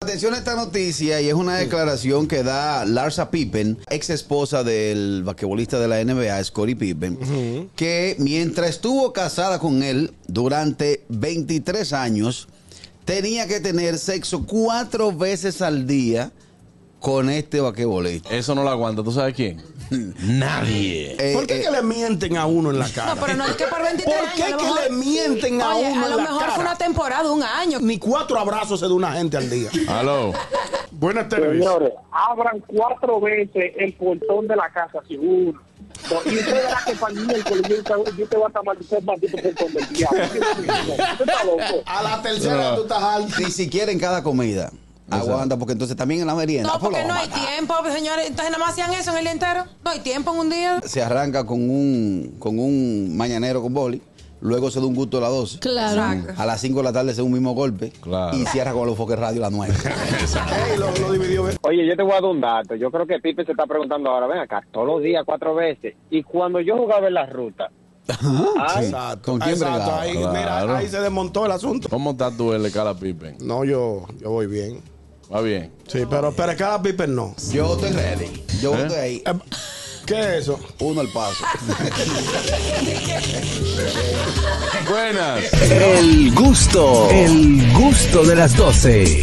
atención a esta noticia y es una declaración que da Larsa Pippen, ex esposa del basquetbolista de la NBA, Scottie Pippen, que mientras estuvo casada con él durante 23 años, tenía que tener sexo cuatro veces al día con este basquetbolista. Eso no lo aguanta, ¿tú sabes quién? Nadie. Eh, ¿Por qué eh, que le mienten a uno en la cara? No, pero no es que por 23 ¿Por años. qué a lo que mejor- le mienten a Oye, uno a en lo la mejor fue cara? una temporada, un año. Ni cuatro abrazos se da una gente al día. Aló. Buenas tardes. Señores, abran cuatro veces el portón de la casa, seguro. No, Y usted verá que para el miércoles yo te- yo te voy a tomar tres malditos portón del diablo. Usted está loco. A la tercera No. tú estás alto. ni siquiera en cada comida. Aguanta, porque entonces también en la merienda. No, pues, la porque no hay mamá, tiempo, señores. Entonces nada más hacían eso en el día entero. No hay tiempo en un día. Se arranca con un, con un mañanero con boli, luego se da un gusto a las 12. Claro. A las 5 de la tarde se da un mismo golpe Claro. y cierra con los foques radio a las 9. Ey, lo, lo dividió. ¿ves? Oye, yo te voy a dar un dato. Yo creo que Pipe se está preguntando ahora, ven acá, todos los días, cuatro veces. Y cuando yo jugaba en la ruta, ay, Ah, Exacto. ¿Con quién Exacto. bregaba? Ahí, Claro. mira, ahí se desmontó el asunto. ¿Cómo está tu L, Cala Pippen? No, yo, yo voy bien. Va bien. Sí, pero, pero cada piper no. Yo estoy ready. Yo ¿Eh? estoy ahí. Eh, ¿Qué es eso? Uno al paso. Buenas. El gusto, el gusto de las 12.